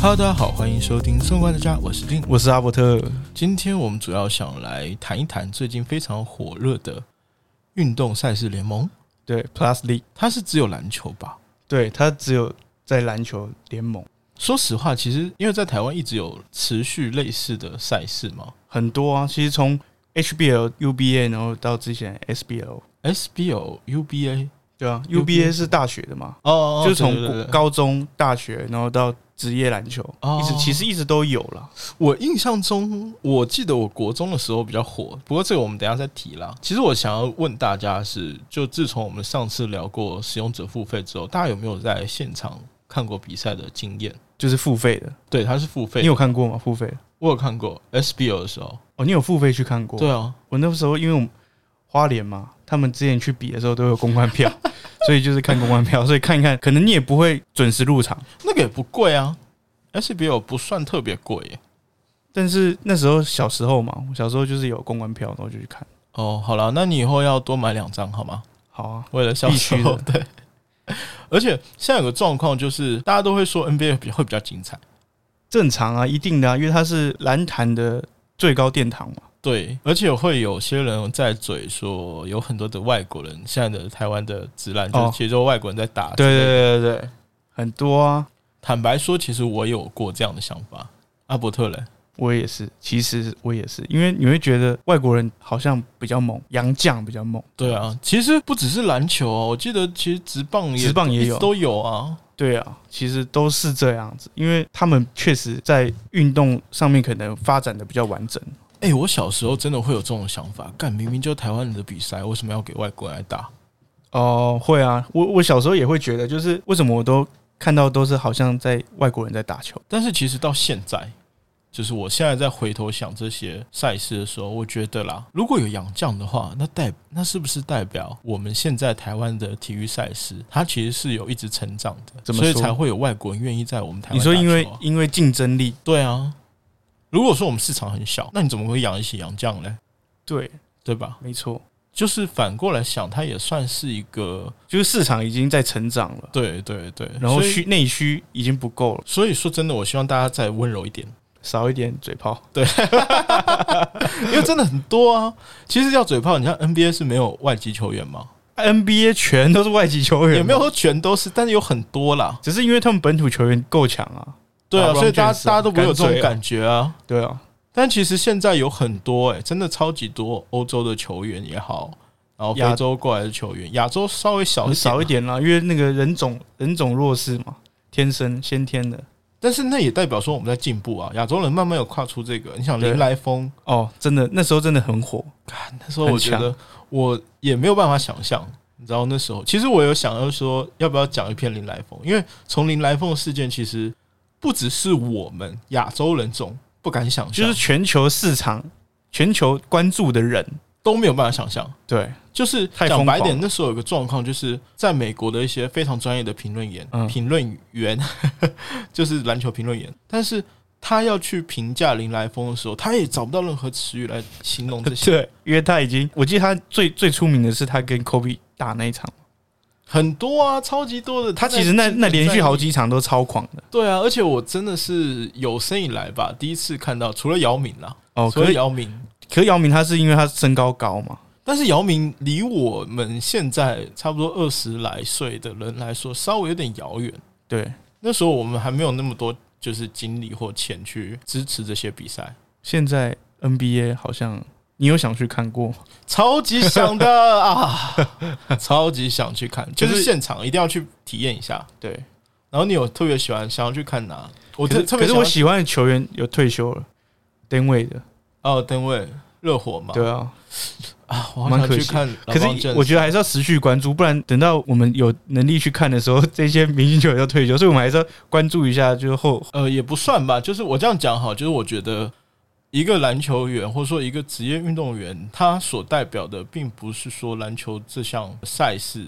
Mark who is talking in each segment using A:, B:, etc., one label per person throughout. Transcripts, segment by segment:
A: Hello，大家好，欢迎收听《生活观的家》，我是丁。
B: 我是阿伯特。
A: 今天我们主要想来谈一谈最近非常火热的运动赛事联盟，
B: 对，Plus League，
A: 它是只有篮球吧？
B: 对他只有在篮球联盟
A: 说实话，其实因为在台湾一直有持续类似的赛事嘛
B: 很多啊，其实从 HBL、UBA，然后到之前 SBL，
A: ，SBO、UBA，
B: 对啊
A: UBA
B: ，UBA 是大学的嘛，
A: 哦
B: 就是从
A: 对对对
B: 高中、大学，然后到职业篮球，
A: 哦
B: 一直其实一直都有啦。
A: 我印象中，我记得我国中的时候比较火，不过这个我们等一下再提啦。其实我想要问大家的是，就自从我们上次聊过使用者付费之后，大家有没有在现场看过比赛的经验？
B: 就是付费的，
A: 对，它是付费
B: 你，有看过吗？付费的
A: 我有看过 SBO 的时候，
B: 哦，你有付费去看过？
A: 对，啊，
B: 我那时候因为我们花莲嘛，他们之前去比的时候都有公关票， 所以就是看公关票，所以看一看，可能你也不会准时入场。
A: 那个也不贵啊，SBO 不算特别贵耶。
B: 但是那时候小时候嘛，我小时候就是有公关票，然后就去看。
A: 哦，好了，那你以后要多买两张好吗？
B: 好啊，
A: 为了小时候 对。而且现在有个状况就是，大家都会说 NBA 比会比较精彩。
B: 正常啊，一定的啊，因为它是篮坛的最高殿堂嘛。
A: 对，而且会有些人在嘴说，有很多的外国人，现在的台湾的直男就是
B: 哦
A: 其实都外国人在打。
B: 对对对，很多啊，
A: 坦白说，其实我有过这样的想法。阿伯特嘞，
B: 我也是，其实我也是，因为你会觉得外国人好像比较猛，洋将比较猛。
A: 对啊，其实不只是篮球哦，我记得其实直棒也
B: 职棒也
A: 一直
B: 有
A: 都有啊。
B: 对啊，其实都是这样子，因为他们确实在运动上面可能发展的比较完整。
A: 哎、我小时候真的会有这种想法，干明明就台湾人的比赛，为什么要给外国人来打？
B: 哦，会啊，我我小时候也会觉得，就是为什么我都看到都是好像在外国人在打球。
A: 但是其实到现在，就是我现在在回头想这些赛事的时候，我觉得啦，如果有洋将的话，那代那是不是代表我们现在台湾的体育赛事，它其实是有一直成长的，
B: 怎么
A: 所
B: 说
A: 以才会有外国人愿意在我们台湾、啊
B: 你说因为因为竞争力，
A: 对啊，如果说我们市场很小，那你怎么会养一些洋将呢？
B: 对，
A: 对吧？
B: 没错，
A: 就是反过来想，它也算是一个
B: 就是市场已经在成长了，
A: 对对对，
B: 然后
A: 所以
B: 需内需已经不够了，
A: 所以说真的，我希望大家再温柔一点。
B: 少一点嘴炮。
A: 因为真的很多啊。其实要嘴炮，你像 NBA 是没有外籍球员嘛，
B: NBA 全都是外籍球员，
A: 也没有，说全都是，但是有很多啦。
B: 只是因为他们本土球员够强啊。
A: 对啊，
B: LeBron
A: 所以大
B: James
A: 家大
B: 啊
A: 家都不会有这种
B: 干脆啊
A: 感觉啊。
B: 对啊，
A: 但其实现在有很多哎、真的超级多欧洲的球员也好，然后
B: 亚
A: 非洲过来的球员，亚洲稍微少一点啊
B: 少一
A: 点，
B: 点啦，因为那个人种人种弱势嘛，天生先天的。
A: 但是那也代表说我们在进步啊。亚洲人慢慢有跨出这个，你想
B: 对
A: 林来疯，
B: 哦，真的，那时候真的很火。
A: 那时候我觉得我也没有办法想象，你知道那时候，其实我有想要说要不要讲一篇林来疯，因为从林来疯的事件，其实不只是我们亚洲人种不敢想
B: 就
A: 象，
B: 是全球市场、全球关注的人，
A: 都没有办法想象。
B: 对，
A: 就是
B: 太
A: 讲
B: 疯狂
A: 白点，
B: 了
A: 那时候有个状况，就是在美国的一些非常专业的评论员、
B: 嗯
A: 评论员， 就是篮球评论员，但是他要去评价林来疯的时候，他也找不到任何词语来形容这些。
B: 对，因为他已经，我记得他最最出名的是他跟 Kobe 打那一场，
A: 很多啊，超级多的。
B: 他其实那
A: 在
B: 那连续好
A: 在
B: 几场都超狂的
A: 对啊，而且我真的是有生以来吧，第一次看到，除了姚明啦，
B: 哦。
A: 除
B: 可
A: 了
B: 是
A: 姚明，
B: 可是姚明他是因为他身高高嘛，
A: 但是姚明离我们现在差不多二十来岁的人来说，稍微有点遥远。
B: 对，
A: 那时候我们还没有那么多就是精力或钱去支持这些比赛，
B: 现在 NBA 好像你有想去看过吗？
A: 超级想的 啊，超级想去看，就
B: 可
A: 是
B: 是
A: 现场一定要去体验一下。
B: 对，
A: 然后你有特别喜欢想要去看哪？我
B: 可
A: 特
B: 是
A: 特
B: 可
A: 别
B: 是
A: 想要
B: 我喜欢的球员有退休了，单位的，
A: 哦，单位热火嘛，
B: 对啊，
A: 啊，我好
B: 蛮
A: 想
B: 可
A: 去
B: 惜
A: 看。
B: 可是我觉
A: 得。
B: 得还是要持续关注，不然等到我们有能力去看的时候，这些明星球员要退休，所以我们还是要关注一下，就是后
A: 呃，也不算吧，就是我这样讲好，就是我觉得一个篮球员或者说一个职业运动员，他所代表的并不是说篮球这项赛事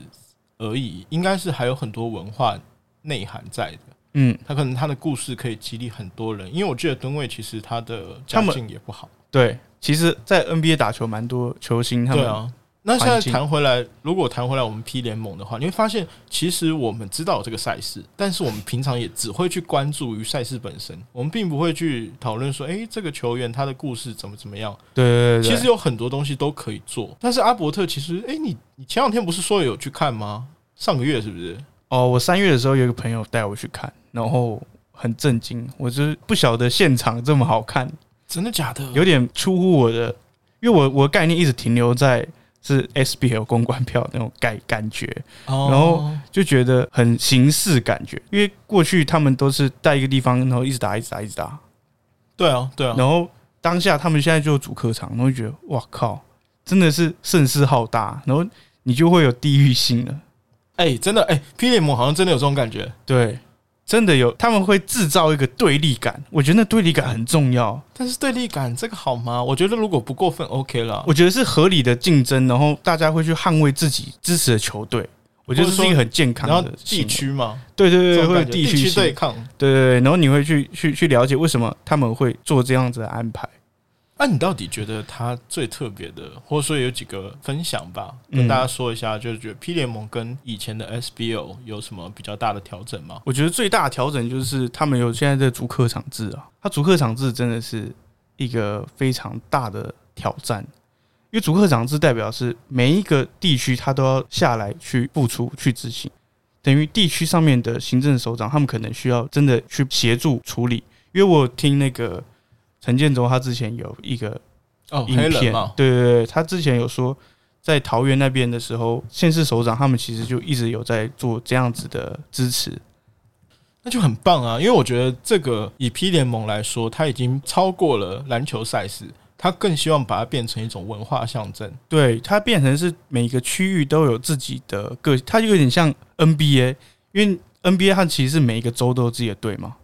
A: 而已，应该是还有很多文化内涵在的。
B: 嗯，
A: 他可能他的故事可以激励很多人，因为我记得吨位其实他的家
B: 他们
A: 境也不好，
B: 对，其实，在 NBA 打球蛮多球星，他
A: 对
B: 们
A: 啊，那现在
B: 环境
A: 谈回来，如果谈回来我们 P 联盟的话，你会发现，其实我们知道有这个赛事，但是我们平常也只会去关注于赛事本身，我们并不会去讨论说，诶、这个球员他的故事怎么怎么样。
B: 对对对对，
A: 其实有很多东西都可以做，但是阿伯特其实，诶、你你前两天不是说有去看吗？上个月是不是？
B: 哦，我三月的时候有一个朋友带我去看，然后很震惊，我就是不晓得现场这么好看，
A: 真的假的？
B: 有点出乎我的，因为我我的概念一直停留在是 SBL 公关票那种感感觉，
A: 哦，
B: 然后就觉得很形式感觉，因为过去他们都是在一个地方，然后一直打，一直打，一直打，
A: 对啊，对啊，
B: 然后当下他们现在就有主客场，然后就觉得哇靠，真的是声势浩大，然后你就会有地域性了，
A: 哎、真的，哎、p 联盟好像真的有这种感觉。
B: 对。真的有，他们会制造一个对立感，我觉得那对立感很重要。
A: 但是对立感这个好吗？我觉得如果不过分，OK 啦。
B: 我觉得是合理的竞争，然后大家会去捍卫自己支持的球队。我觉得这是一个很健康
A: 然后
B: 的
A: 地
B: 行为，
A: 区嘛，
B: 对
A: 这
B: 对对，
A: 种
B: 会有
A: 感觉
B: 地
A: 地
B: 区
A: 区
B: 性，
A: 对
B: 对
A: 抗。
B: 对对，然后你会去去去了解为什么他们会做这样子的安排。
A: 那、你到底觉得它最特别的，或者说有几个分享吧，
B: 嗯
A: 跟大家说一下，就是觉得 P 联盟跟以前的 SBO 有什么比较大的调整吗？
B: 我觉得最大的调整就是他们有现在的主客场制啊，它主客场制真的是一个非常大的挑战，因为主客场制代表是每一个地区它都要下来去付出去执行，等于地区上面的行政首长他们可能需要真的去协助处理，因为我有听那个陈建州他之前有一个
A: 哦，
B: 影
A: 黑人
B: 片
A: 嘛，
B: 对对对，他之前有说，在桃园那边的时候，县市首长他们其实就一直有在做这样子的支持。
A: 那就很棒啊！因为我觉得这个以 P 联盟来说，它已经超过了篮球赛事，它更希望把它变成一种文化象征。
B: 对，它变成是每个区域都有自己的个，它就有点像 NBA，因为 NBA 它其实是每一个州都有自己的队嘛，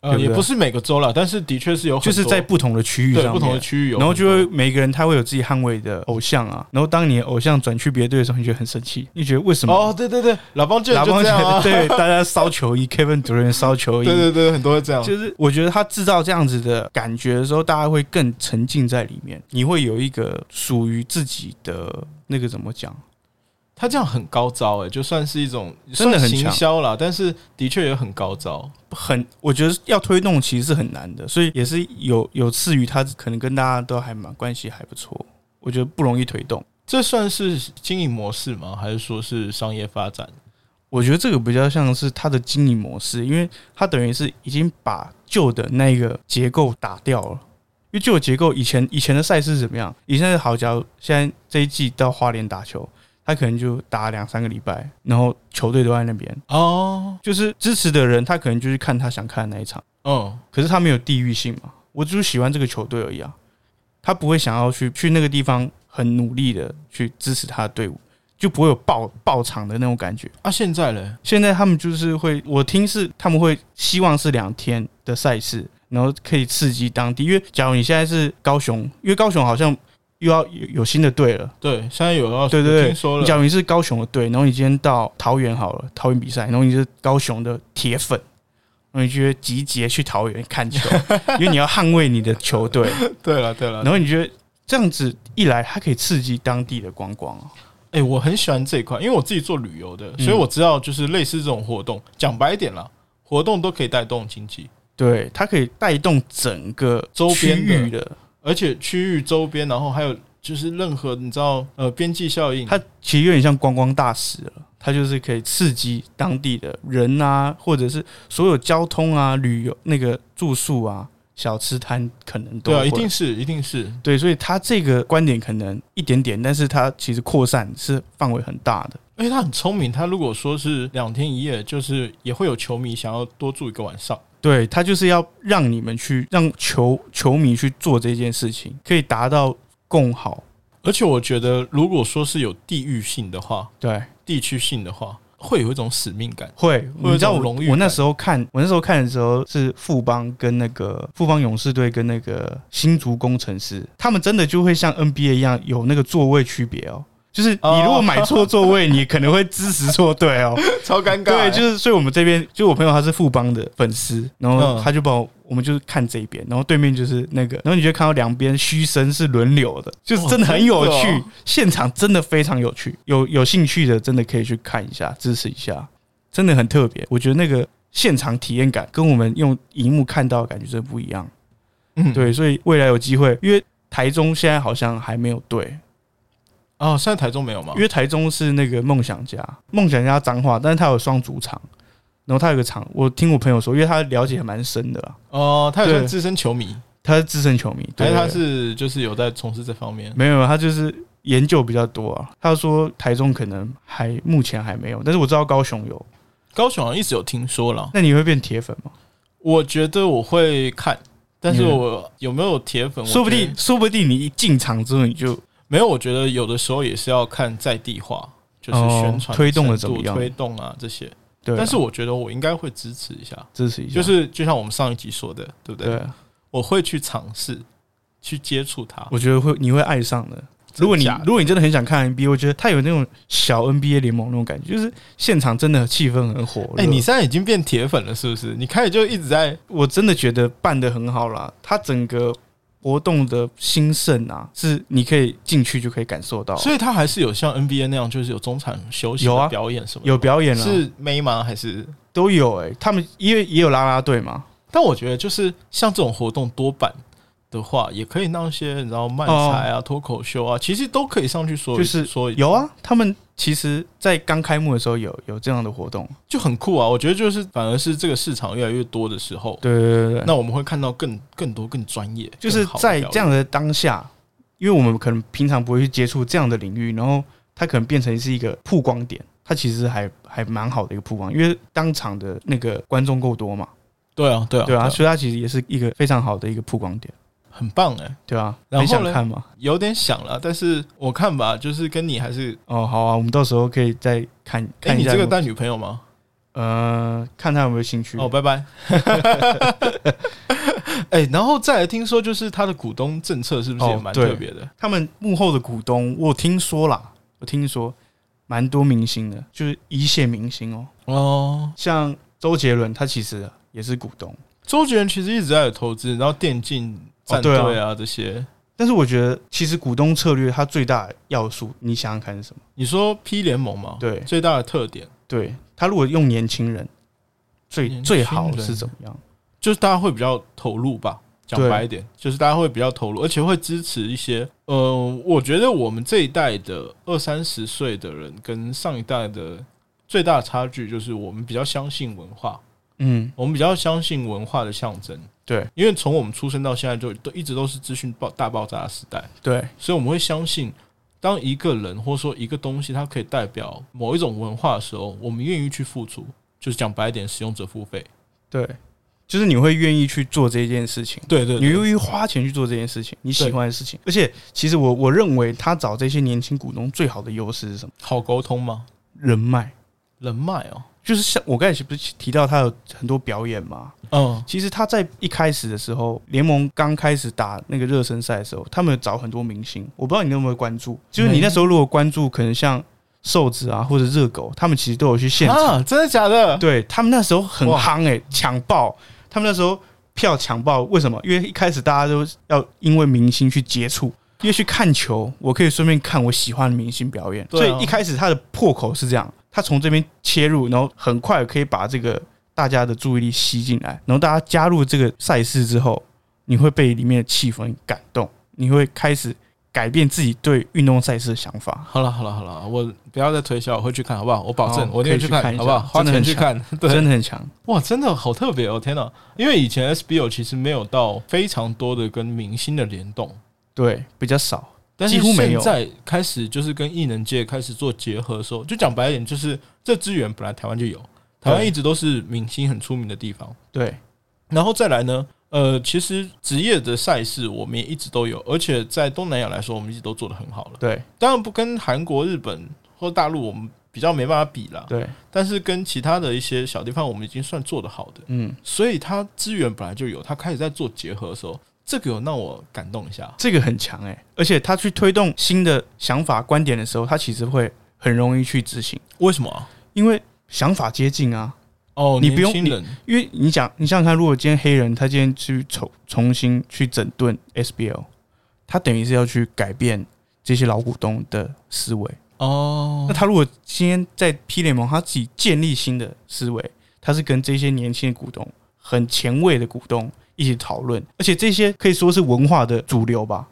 A: 呃，
B: 对不
A: 也
B: 对
A: 不是每个州啦，但是的确是有很
B: 就是
A: 多
B: 在不同的区域上
A: 对
B: 面
A: 不同的区域有很多，
B: 然后就会每个人他会有自己捍卫的偶像啊，然后当你的偶像转去别的队的时候，你就很生气，你觉得为什么？
A: 哦，对对对，老帮就
B: 打
A: 就
B: 棒
A: 这
B: 球
A: 样啊，
B: 对大家烧球衣，Kevin Durant 烧球衣，
A: 对对对，很多会这样，
B: 就是我觉得他制造这样子的感觉的时候，大家会更沉浸在里面，你会有一个属于自己的那个怎么讲？
A: 他这样很高招哎、就算是一种
B: 真的很
A: 算行
B: 强
A: 销啦，但是的确也很高招。
B: 很，我觉得要推动其实是很难的，所以也是有有次于他可能跟大家都还蛮关系还不错，我觉得不容易推动。
A: 这算是经营模式吗？还是说是商业发展？
B: 我觉得这个比较像是他的经营模式，因为他等于是已经把旧的那个结构打掉了。因为旧的结构以前以前的赛事是怎么样？以前的好假如现在这一季到花莲打球，他可能就打两三个礼拜，然后球队都在那边，
A: 哦，
B: 就是支持的人他可能就去看他想看的那一场，
A: 嗯，
B: 可是他没有地域性嘛，我就是喜欢这个球队而已啊，他不会想要去去那个地方很努力的去支持他的队伍，就不会有爆爆场的那种感觉。
A: 啊，现在嘞，
B: 现在他们就是会，我听是他们会希望是两天的赛事，然后可以刺激当地。因为假如你现在是高雄，因为高雄好像又要有有新的队了，
A: 对，现在有要
B: 对对对
A: 听说
B: 你
A: 了，
B: 假如你是高雄的队，然后你今天到桃园好了，桃园比赛，然后你是高雄的铁粉，然后你就会集结去桃园看球， 因为你要捍卫你的 球队。
A: 对了对了
B: 然，后你觉得这样子一来，它可以刺激当地的观光啊。
A: 哎、我很喜欢这一块，因为我自己做旅游的，
B: 嗯
A: 所以我知道就是类似这种活动，讲白一点啦，活动都可以带动经济，
B: 对，它可以带动整个
A: 周边
B: 区
A: 的
B: 域的
A: 而且区域周边，然后还有就是任何你知道呃边际效应，
B: 它其实有点像观光大使了，它就是可以刺激当地的人啊，或者是所有交通啊、旅游那个住宿啊、小吃摊可能都
A: 对啊，
B: 会
A: 一定是一定是，
B: 对，所以它这个观点可能一点点，但是它其实扩散是范围很大的。
A: 而且他很聪明，他如果说是两天一夜，就是也会有球迷想要多住一个晚上。
B: 对，它就是要让你们去让球球迷去做这件事情，可以达到共好。
A: 而且我觉得，如果说是有地域性的话、
B: 对，
A: 地区性的话，会有一种使命感。
B: 会，
A: 会有
B: 你知道
A: 一种
B: 我
A: 荣誉
B: 我那
A: 感
B: 时候看，我那时候看的时候是富邦跟那个富邦勇士队跟那个新竹工程师，他们真的就会像 NBA 一样有那个座位区别哦。就是你如果买错座位，你可能会支持错队哦。
A: 超尴尬、欸
B: 对，就是是所以我们这边，就我朋友他是富邦的粉丝，然后
A: 嗯
B: 他就帮我，我们就是看这一边，然后对面就是那个，然后你就看到两边嘘声是轮流的，就是真的很有
A: 哇真的
B: 趣
A: 哦，
B: 现场真的非常有趣，有有兴趣的真的可以去看一下，支持一下，真的很特别，我觉得那个现场体验感跟我们用荧幕看到的感觉真的不一样。
A: 嗯
B: 对，所以未来有机会，因为台中现在好像还没有队，
A: 哦，现在台中没有吗
B: 因？为台中是那个梦想家，梦想家脏话，但是他有双主场，然后他有个场，我听我朋友说，因为他了解还蛮深的啦，
A: 哦，他也
B: 对
A: 算资深球迷，
B: 他是资深球迷，
A: 还
B: 对，
A: 是他
B: 对
A: 是就是有在从事这方面？
B: 没有没有，他就是研究比较多啊。他说台中可能还目前还没有，但是我知道高雄有，
A: 高雄好像一直有听说了，
B: 那你会变铁粉吗？
A: 我觉得我会看，但是
B: 你会
A: 我有没有铁粉，我
B: 说不
A: 觉得
B: 定说不定你一进场之后你就
A: 没有。我觉得有的时候也是要看在地化，就是
B: 哦
A: 宣传、
B: 推动得怎么样
A: 推动啊这些。
B: 对啊，
A: 但是我觉得我应该会支持一下，
B: 支持一下，
A: 就是就像我们上一集说的，对不对？
B: 对啊，
A: 我会去尝试去接触它。
B: 我觉得会你会爱上的。如果你
A: 真假的
B: 如果你真的很想看 NBA，我觉得它有那种小 NBA 联盟那种感觉，就是现场真的气氛很火热。
A: 哎、你现在已经变铁粉了，是不是？你开始就一直在
B: 我真的觉得办得很好啦，它整个活动的兴盛啊，是你可以进去就可以感受到，
A: 所以他还是有像 NBA 那样，就是有中场休息、
B: 有啊
A: 表演什么的。
B: 有表演啊，
A: 是妹吗？还是？
B: 都有哎、他们因为也有啦啦队嘛，
A: 但我觉得就是像这种活动多版的话，也可以让一些你知道漫才啊、脱口秀啊，其实都可以上去说一，
B: 哦就是
A: 说一
B: 有，啊，他们其实在刚开幕的时候有有这样的活动，
A: 就很酷啊。我觉得就是反而是这个市场越来越多的时候，
B: 对对对对，
A: 那我们会看到更更多更专业，
B: 嗯就是
A: 更好的
B: 在
A: 表演
B: 这样的当下，因为我们可能平常不会去接触这样的领域，然后它可能变成是一个曝光点，它其实还还蛮好的一个曝光，因为当场的那个观众够多嘛，
A: 对啊，对啊，
B: 对啊，所以它其实也是一个非常好的一个曝光点，
A: 很棒哎、
B: 对啊，
A: 然后
B: 很想
A: 嘞
B: 看嘛，
A: 有点想了，但是我看吧，就是跟你还是，
B: 哦，好啊，我们到时候可以再看
A: 哎、
B: 看一
A: 你
B: 下
A: 这
B: 有没有，
A: 个带女朋友吗？
B: 呃，看他有没有兴趣
A: 哦，拜拜。 哎、然后再来听说，就是他的股东政策是不是也
B: 哦
A: 蛮
B: 对
A: 特别的？
B: 他们幕后的股东，我听说啦，我听说蛮多明星的，就是一线明星哦，
A: 哦，
B: 像周杰伦，他其实也是股东。
A: 周杰伦其实一直在有投资，然后电竞战队
B: 哦对
A: 啊这些。
B: 但是我觉得，其实股东策略它最大的要素，你想想看是什么？
A: 你说 P 联盟嘛，
B: 对
A: 最大的特点
B: 对，他如果用年轻人，最
A: 年轻人
B: 最好是怎么样？
A: 就是大家会比较投入吧。讲
B: 对
A: 白一点，就是大家会比较投入，而且会支持一些。呃，我觉得我们这一代的二三十岁的人跟上一代的最大的差距，就是我们比较相信文化，
B: 嗯，
A: 我们比较相信文化的象征。
B: 对，
A: 因为从我们出生到现在就都一直都是资讯爆大爆炸的时代。
B: 对，
A: 所以我们会相信，当一个人或者说一个东西，它可以代表某一种文化的时候，我们愿意去付出。就是讲白一点，使用者付费。
B: 对，就是你会愿意去做这件事情，
A: 对对
B: 你愿意花钱去做这件事情，你喜欢的事情。而且，其实我我认为他找这些年轻股东最好的优势是什么？
A: 好沟通吗？
B: 人脉。
A: 人脉哦，
B: 就是像我刚才不是提到他有很多表演嘛？
A: 嗯，
B: 其实他在一开始的时候，联盟刚开始打那个热身赛的时候，他们有找很多明星，我不知道你有没有关注。就是你那时候如果关注，可能像瘦子啊或者热狗，他们其实都有去现场。
A: 啊，真的假的？
B: 对他们那时候很
A: 哇
B: 夯哎、抢爆！他们那时候票抢爆，为什么？因为一开始大家都要因为明星去接触，因为去看球，我可以顺便看我喜欢的明星表演。
A: 对啊
B: 所以一开始他的破口是这样，他从这边切入，然后很快可以把这个大家的注意力吸进来，然后大家加入这个赛事之后，你会被里面的气氛感动，你会开始改变自己对运动赛事的想法。
A: 好了好了好了，我不要再推销，我会去看好不好？我保证，
B: 好
A: 我一定会去
B: 可以
A: 看
B: 去看一下
A: 好不好？花
B: 真的
A: 钱
B: 很
A: 去看。对，
B: 真的很强，
A: 哇，真的好特别哦！天哪，因为以前 SBO 其实没有到非常多的跟明星的联动，
B: 对，比较少。
A: 但是
B: 几乎没
A: 现
B: 有
A: 在开始就是跟艺能界开始做结合的时候，就讲白一点，就是这资源本来台湾就有，台湾一直都是明星很出名的地方。
B: 对，
A: 然后再来呢，呃，其实职业的赛事我们也一直都有，而且在东南亚来说，我们一直都做得很好了。
B: 对，
A: 当然不跟韩国、日本或大陆我们比较没办法比啦，
B: 对，
A: 但是跟其他的一些小地方，我们已经算做得好的。
B: 嗯。
A: 所以它资源本来就有，它开始在做结合的时候，这个有让我感动一下。
B: 这个很强哎、而且他去推动新的想法观点的时候，他其实会很容易去执行，
A: 为什么啊？
B: 因为想法接近啊。
A: 哦，
B: 你不用
A: 年轻人
B: 因为你想，你想想看，如果今天黑人他今天去重重新去整顿 SBL，他等于是要去改变这些老股东的思维。
A: 哦
B: 那，他如果今天在 P 联盟他自己建立新的思维，他是跟这些年轻的股东、很前卫的股东一起讨论，而且这些可以说是文化的主流吧。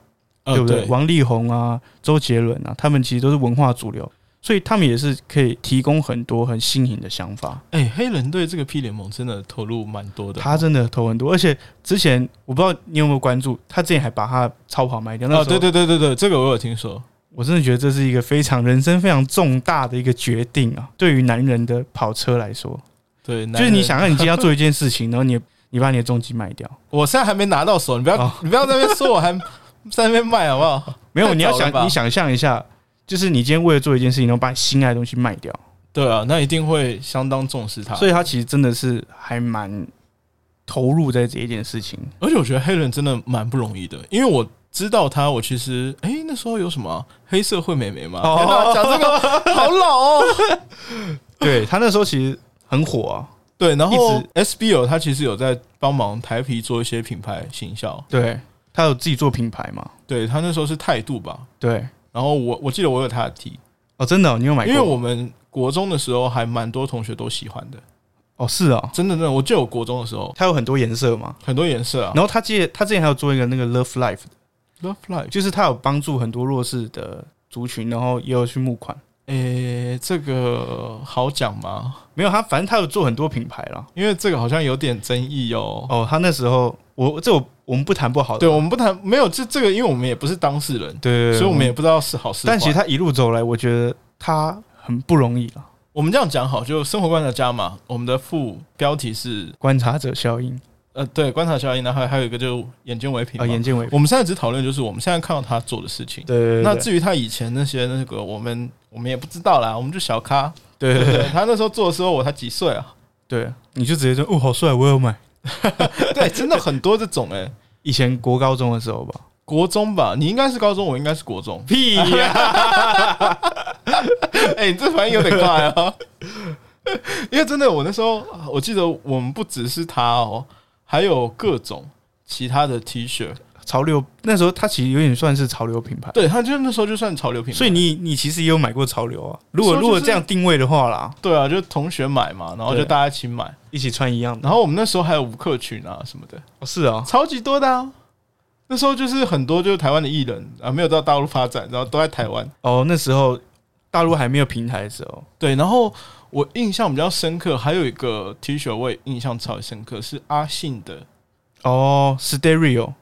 A: 呃
B: 对不对？王力宏啊、周杰伦啊，他们其实都是文化主流，所以他们也是可以提供很多很新颖的想法。
A: 哎、黑人对这个 P 联盟真的投入蛮多的。
B: 他真的投很多，而且之前我不知道你有没有关注，他之前还把他超跑卖掉。那时
A: 啊，
B: 候
A: 对，对对对对，这个我有听说。
B: 我真的觉得这是一个非常人生非常重大的一个决定啊，对于男人的跑车来说，
A: 对，
B: 就
A: 男
B: 是
A: 人
B: 你，想让你今天要做一件事情，然后你你把你的重机卖掉，
A: 我现在还没拿到手，你不要、
B: 哦
A: 你不要在那边说我还 在那边卖好不好？
B: 没有，你要
A: 太早了吧
B: 想你想象一下，就是你今天为了做一件事情，然后把你心爱的东西卖掉。
A: 对啊，那一定会相当重视他。
B: 所
A: 以，
B: 以他其实真的是还蛮投入在这一件事情。
A: 而且我觉得黑人真的蛮不容易的，因为我知道他，我其实哎、那时候有什么啊、黑社会美眉嘛，
B: 哦
A: 天哪，讲这个好老哦。
B: 对他那时候其实很火啊，
A: 对，然
B: 一
A: 后
B: 直
A: SBL 他其实有在帮忙台皮做一些品牌行销，
B: 对他有自己做品牌嘛，
A: 对他那时候是态度吧。
B: 对
A: 然后我我记得我有他的 T，
B: 哦，真的哦、你有买
A: 因
B: 过？
A: 为我们国中的时候还蛮多同学都喜欢的，
B: 哦是啊、哦，
A: 真的真的，我记得我国中的时候
B: 它有很多颜色嘛。
A: 很多颜色啊
B: 然后他记得他之前还有做一个那个 Love Life，
A: ，Love Life，
B: 就是他有帮助很多弱势的族群，然后也有去募款。
A: 诶、这个好讲吗？
B: 没有他，反正他有做很多品牌啦。
A: 因为这个好像有点争议哦。
B: 哦，他那时候我这我我们不谈不好的，
A: 对，我们不谈没有这这个，因为我们也不是当事人，
B: 对对对，
A: 所以我们也不知道是好是坏。
B: 但其实他一路走来，我觉得他很不容易了。
A: 我们这样讲好，就生活观察家嘛，我们的副标题是
B: 观察者效应
A: 呃，对，观察效应，然后还还有一个就是眼见为凭
B: 啊、
A: 嘛。
B: 眼见为凭。
A: 我们现在只讨论就是我们现在看到他做的事情。
B: 对对对，
A: 那
B: 对
A: 至于他以前那些那个，我们我们也不知道啦，我们就小咖。
B: 对
A: 对
B: 对
A: 不
B: 对
A: 对，他那时候做的时候我才几岁 啊？
B: 对，你就直接说哦，好帅，我有买。
A: 对，真的很多这种哎、
B: 以前国高中的时候吧，。
A: 国中吧，你应该是高中，我应该是国中
B: 屁呀、
A: 哎、你这反应有点快啊！ 因为真的，我那时候啊我记得我们不只是他哦，还有各种其他的 T 恤。
B: 潮流那时候它其实有点算是潮流品牌，
A: 对，他就那时候就算潮流品牌，
B: 所以你你其实也有买过潮流啊。如果
A: 说就是
B: 如果这样定位的话啦，
A: 对啊，就同学买嘛，然后就
B: 对
A: 大家一起买。
B: 一起穿一样的。
A: 然后我们那时候还有吴克群啊什么的，
B: 哦、是啊，
A: 超级多的啊。那时候就是很多就是台湾的艺人啊，没有到大陆发展，然后都在台湾。
B: 哦那时候大陆还没有平台的时候，
A: 对，然后我印象比较深刻，还有一个 T 恤我也印象超级深刻，是阿信的，
B: 哦 Stereo，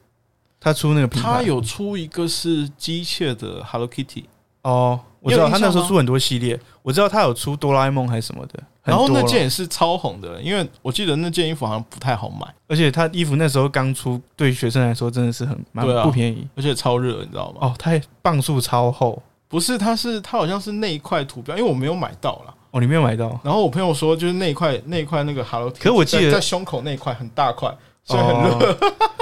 B: 他出那个品牌，
A: 他有出一个是机械的 Hello Kitty，
B: 哦，我知
A: 你有
B: 道
A: 印
B: 他
A: 象
B: 那时候
A: 吗
B: 出很多系列，我知道他有出哆啦 A 梦还是什么的，很
A: 然后
B: 多
A: 那
B: 了
A: 件也是超红的，因为我记得那件衣服好像不太好买，
B: 而且他衣服那时候刚出，对学生来说真的是很蛮
A: 对啊
B: 不便宜、
A: 而且超热，你知道吗？
B: 哦，他磅数超厚。
A: 不是，它是它好像是那一块图标，因为我没有买到啦。
B: 哦，你没有买到，
A: 然后我朋友说，就是那一块那一块那个 Hello Kitty，
B: 可我记得
A: 在在胸口那一块很大块，所以很热。
B: 哦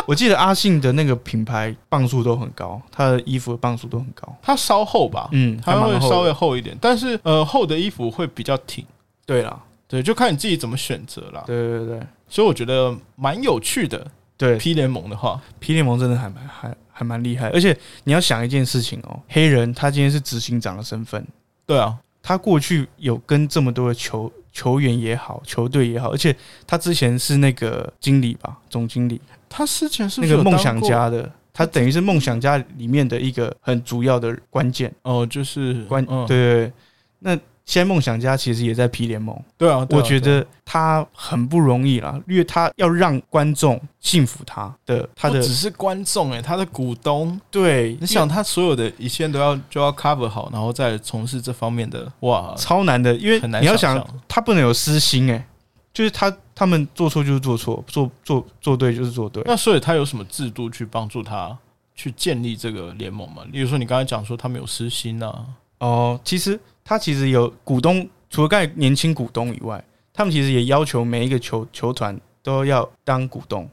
B: 我记得阿信的那个品牌磅数都很高，他的衣服的磅数都很高。
A: 它稍厚吧，
B: 嗯，还
A: 它
B: 蛮
A: 会
B: 厚的
A: 稍微厚一点，但是呃，厚的衣服会比较挺，
B: 对啦，
A: 对，就看你自己怎么选择啦。
B: 对对对
A: 所以我觉得蛮有趣的。
B: 对对，
A: P 联盟的话，
B: 皮联盟真的还蛮还还蛮厉害，而且你要想一件事情哦，黑人他今天是执行长的身份，
A: 对啊，
B: 他过去有跟这么多的球球员也好，球队也好，而且他之前是那个经理吧，总经理，
A: 他之前是不
B: 那
A: 是
B: 个
A: 有当
B: 梦
A: 过
B: 想家的，他等于是梦想家里面的一个很主要的关键
A: 哦，就是
B: 关，
A: 嗯
B: 对对对。那现在梦想家其实也在皮联盟，
A: 对啊，对啊
B: 我觉
A: 对啊
B: 得他很不容易啦，因为他要让观众信服他的他
A: 不
B: 的
A: 只是观众哎、他的股东，
B: 对，
A: 你想他所有的一切都要就要 cover 好，然后再从事这方面的哇，
B: 超难的，因为
A: 很难
B: 你要
A: 想
B: 想
A: 象
B: 他不能有私心哎、就是他他们做错就是做错，做做做对就是做对。
A: 那所以他有什么制度去帮助他去建立这个联盟吗？例如说你刚才讲说他们有私心啊，
B: 哦，其实他其实有股东，除了盖年轻股东以外，他们其实也要求每一个球球团都要当股东，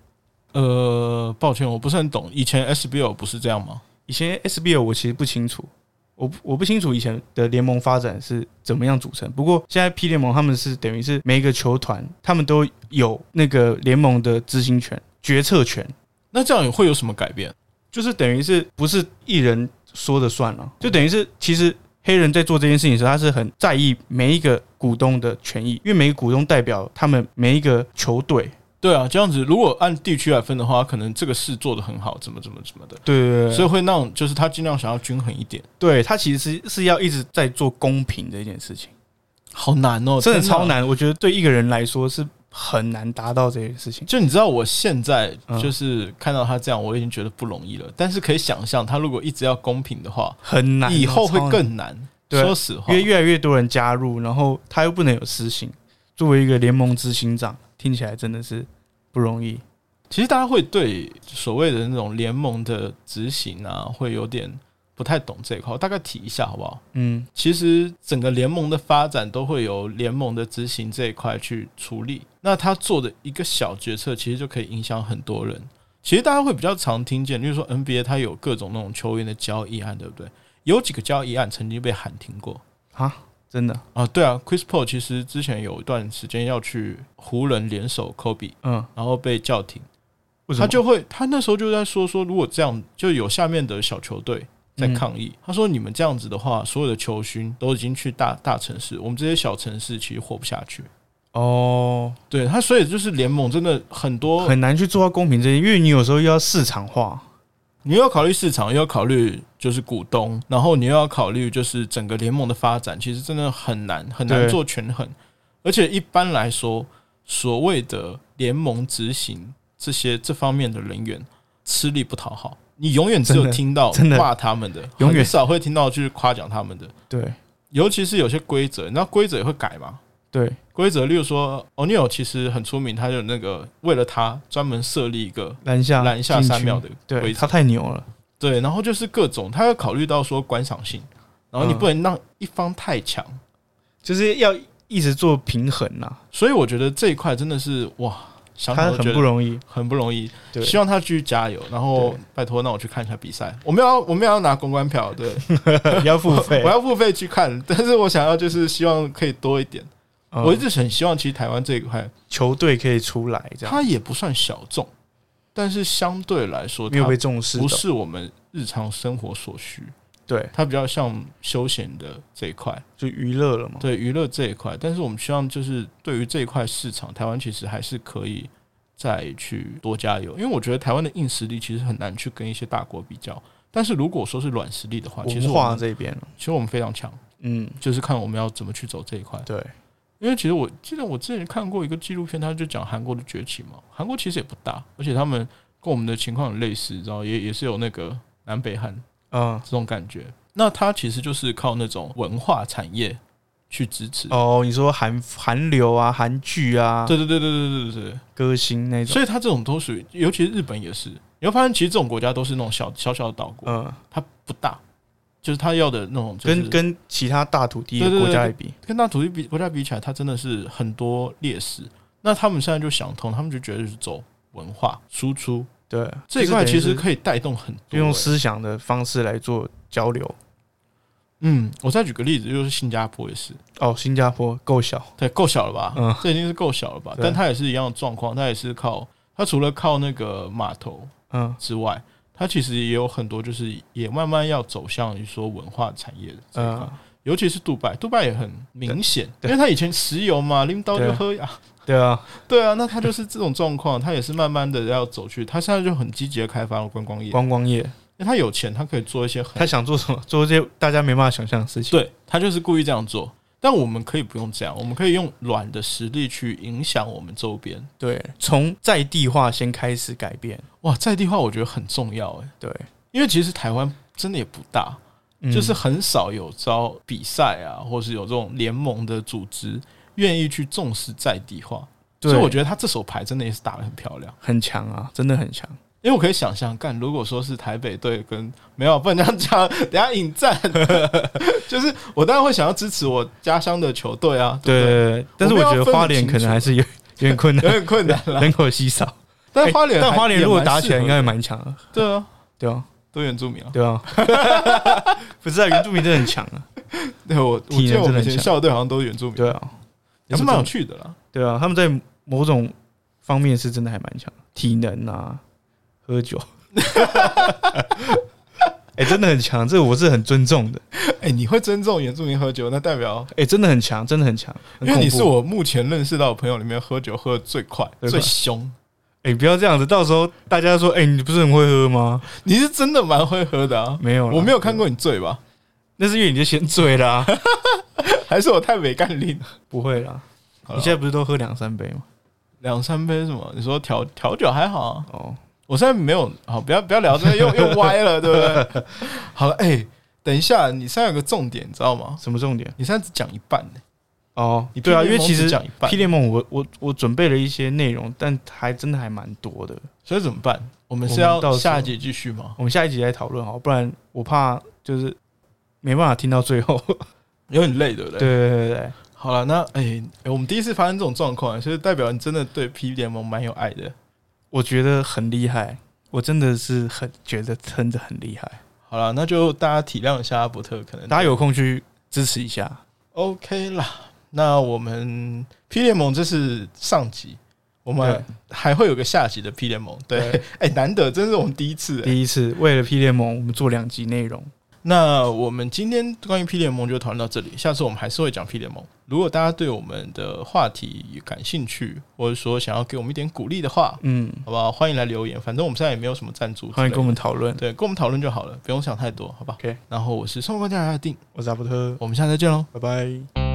A: 呃，抱歉，我不是很懂，以前 SBL 不是这样吗？
B: 以前 SBL 我其实不清楚，我不我不清楚以前的联盟发展是怎么样组成。不过现在 P 联盟他们是等于是每一个球团，他们都有那个联盟的执行权、决策权，
A: 那这样也会有什么改变？
B: 就是等于是不是一人说的算了，就等于是其实黑人在做这件事情的时候，他是很在意每一个股东的权益，因为每个股东代表他们每一个球队。
A: 对啊，这样子如果按地区来分的话，可能这个事做得很好，怎么怎么怎么的，
B: 对对对，啊
A: 所以会让就是他尽量想要均衡一点，
B: 对他其实是是要一直在做公平的一件事情。
A: 好难哦，
B: 真的
A: 天哪
B: 超。难。我觉得对一个人来说是很难达到这件事情。
A: 就你知道，我现在
B: 嗯
A: 就是看到他这样，我已经觉得不容易了。但是可以想象，他如果一直要公平的话，
B: 很难，哦啊
A: 以后会
B: 超难
A: 更难。
B: 对
A: 说实话
B: 因，为越来越多人加入，然后他又不能有私心。作为一个联盟执行长，听起来真的是不容易。
A: 其实大家会对所谓的那种联盟的执行啊，会有点不太懂这一块。我大概提一下好不好？
B: 嗯，
A: 其实整个联盟的发展都会由联盟的执行这一块去处理。那他做的一个小决策，其实就可以影响很多人。其实大家会比较常听见，就是说 NBA 它有各种那种球员的交易案，对不对？有几个交易案曾经被喊停过
B: 真的，
A: 啊。对啊，Chris Paul 其实之前有一段时间要去湖人联手 Kobe，
B: 嗯，
A: 然后被叫停。
B: 为什
A: 他
B: 么
A: 就会，他那时候就在说说，如果这样，就有下面的小球队在抗议。嗯他说：“你们这样子的话，所有的球星都已经去大大城市，我们这些小城市其实活不下去。
B: 哦，
A: 对”他，所以就是联盟真的很多，
B: 很难去做到公平这些，因为你有时候又要市场化。
A: 你又要考虑市场，又要考虑就是股东，然后你又要考虑就是整个联盟的发展，其实真的很难很难
B: 对
A: 做权衡。而且一般来说，所谓的联盟执行这些这方面的人员吃力不讨好，你永远只有
B: 真的
A: 听到
B: 真的
A: 骂他们的，
B: 永远
A: 很少会听到去夸奖他们的。
B: 对
A: 尤其是有些规则，你知道规则也会改吗？
B: 对，
A: 规则，例如说 o n e i l 其实很出名，他就那个为了他专门设立一个
B: 篮下
A: 拦下
B: 啊禁
A: 三
B: 区
A: 秒，的
B: 对
A: 规则
B: 他，太牛了。
A: 对，然后就是各种，他要考虑到说观赏性，然后你
B: 嗯
A: 不能让一方太强，
B: 就是要一直做平衡呐、
A: 所以我觉得这一块真的是哇，想
B: 他
A: 想都
B: 很
A: 觉
B: 不
A: 得
B: 容易。
A: 很不容易。
B: 对，
A: 希望他继续加油，然后
B: 对
A: 拜托，让我去看一下比赛。我们要我们要拿公关票， 对，
B: 要付费
A: 我。要付费去看，但是我想要就是希望可以多一点。
B: 嗯
A: 我一直很希望，其实台湾这一块
B: 球队可以出来这样。
A: 它也不算小众，但是相对来说，
B: 没有
A: 它
B: 被重视的，
A: 不是我们日常生活所需，
B: 对，
A: 它比较像休闲的这一块。
B: 就娱乐了嘛。
A: 对娱乐这一块，但是我们希望就是对于这一块市场，台湾其实还是可以再去多加油，因为我觉得台湾的硬实力其实很难去跟一些大国比较。但是如果说是软实力的话，啊其实
B: 文
A: 我
B: 化
A: 们
B: 这边，
A: 其实我们非常强，
B: 嗯，
A: 就是看我们要怎么去走这一块。
B: 对，
A: 因为其实我记得我之前看过一个纪录片，他就讲韩国的崛起嘛，韩国其实也不大，而且他们跟我们的情况很类似，然后也也是有那个南北韩
B: 嗯，
A: 这种感觉。那它其实就是靠那种文化产业去支持。
B: 哦，你说韩韩流啊，韩剧啊，
A: 对对对对对对对对。
B: 歌星那种，
A: 所以它这种都属于，尤其是日本也是，你会发现其实这种国家都是那种小小小的岛国，
B: 嗯，
A: 它不大，就是它要的那种、就是
B: 跟跟其他大土地
A: 对
B: 的
A: 对对
B: 国家来比，
A: 跟大土地比国家比起来，它真的是很多劣势。那他们现在就想通，他们就觉得是走文化输出
B: 对，
A: 这一块，
B: 就是
A: 其实
B: 等于
A: 可以带动很
B: 是
A: 多、
B: 用
A: 欸
B: 思想的方式来做交流。
A: 嗯，我再举个例子，就是新加坡也是，
B: 哦，新加坡够小，
A: 对，够小了吧？
B: 嗯
A: 这已经是够小了吧？
B: 对
A: 但它也是一样的状况，它也是靠它除了靠那个码头
B: 嗯
A: 之外，它其实也有很多就是也慢慢要走向于说文化产业的这一块。
B: 嗯，
A: 尤其是杜拜，杜拜也很明显，因
B: 对
A: 为它以前石油嘛，拎刀就
B: 对
A: 喝呀，
B: 对啊，
A: 对啊，那他就是这种状况，他也是慢慢的要走去，他现在就很积极的开发观光业，因
B: 观光业，
A: 为他有钱，他可以做一些很
B: 他想做什么，做这些大家没办法想象的事情。
A: 对他就是故意这样做。但我们可以不用这样，我们可以用软的实力去影响我们周边。
B: 对，从在地化先开始改变，
A: 哇，在地化我觉得很重要诶、
B: 对，
A: 因为其实台湾真的也不大，
B: 嗯
A: 就是很少有招比赛啊，或是有这种联盟的组织愿意去重视在地化，
B: 嗯对
A: 所以我觉得他这手牌真的也是打得很漂亮。
B: 很强啊，真的很强。
A: 因为我可以想象，干如果说是台北队跟没有，不能这样讲，等下引战， 就是我当然会想要支持我家乡的球队啊，对不
B: 对，但是我觉得花莲可能还是有有点困
A: 对，有
B: 难，
A: 点困难了。
B: 人口稀少。
A: 但花莲还、
B: 但花莲
A: 也
B: 如果
A: 蛮
B: 打
A: 适
B: 起来，应
A: 合
B: 该
A: 的
B: 也蛮强的，
A: 对啊，
B: 对啊，
A: 都原住民啊。
B: 对啊，不是啊，原住民真的很强啊，
A: 对我，我
B: 体
A: 记
B: 能
A: 得我
B: 真的
A: 们以
B: 很
A: 前
B: 强
A: 校队好像都是原住民，
B: 对啊，
A: 也是
B: 他们
A: 蛮有
B: 真的
A: 趣的啦。
B: 对啊，他们在某种方面是真的还蛮强的，体能啊，喝酒， 哎、真的很强，这个我是很尊重的，
A: 哎、你会尊重原住民喝酒，那代表
B: 哎、真的很强，真的很强，很
A: 因为你是
B: 恐怖，
A: 我目前认识到的朋友里面喝酒喝的最快、
B: 对吧
A: 最凶，
B: 哎、不要这样子，到时候大家说，哎、你不是很会喝吗？
A: 你是真的蛮会喝的啊！
B: 没有啦，
A: 我没有看过你醉吧？
B: 那是因为你就先醉啦、
A: 还是我太没干力？
B: 不会啦，
A: 好
B: 你
A: 了
B: 现在不是都喝两三杯吗？
A: 两三杯什么？你说调调酒还好、啊，
B: 哦，
A: 我现在没有好，不要不要聊这个，又又歪了，对不对？好了，哎、等一下，你现在有个重点，你知道吗？
B: 什么重点？
A: 你现在只讲一半、呢。
B: 哦
A: 你，
B: 对啊，因为
A: PDM
B: 其实
A: 只讲一半
B: P 联盟，我我我准备了一些内容，但还真的还蛮多的。
A: 所以怎么办？我们是
B: 我们
A: 要
B: 到时候
A: 下一节继续吗？
B: 我们下一集再讨论好，不然我怕就是没办法听到最后。
A: 有点累，对不对？
B: 对对对对对，
A: 好了，那哎、哎我们第一次发生这种状况，所以代表你真的对 P 联盟蛮有爱的。
B: 我觉得很厉害，我真的是很觉得真的很厉害。
A: 好了，那就大家体谅一下阿伯特，可能
B: 大家有空去支持一下。
A: OK 啦。那我们 P 联盟这是上集，我们还会有个下集的 P 联盟。对，
B: 对
A: 哎、难得，真是我们第一次、哎
B: 第一次为了 P 联盟，我们做两集内容。
A: 那我们今天关于 P 联盟就讨论到这里，下次我们还是会讲 P 联盟。如果大家对我们的话题感兴趣，或者说想要给我们一点鼓励的话，
B: 嗯，
A: 好不好？欢迎来留言，反正我们现在也没有什么赞助之类的，
B: 欢迎跟我们讨论。
A: 对，跟我们讨论就好了，不用想太多，好吧
B: OK
A: 然后我是生活观察家的定，
B: 我是阿伯特，
A: 我们下次再见喽。
B: 拜拜。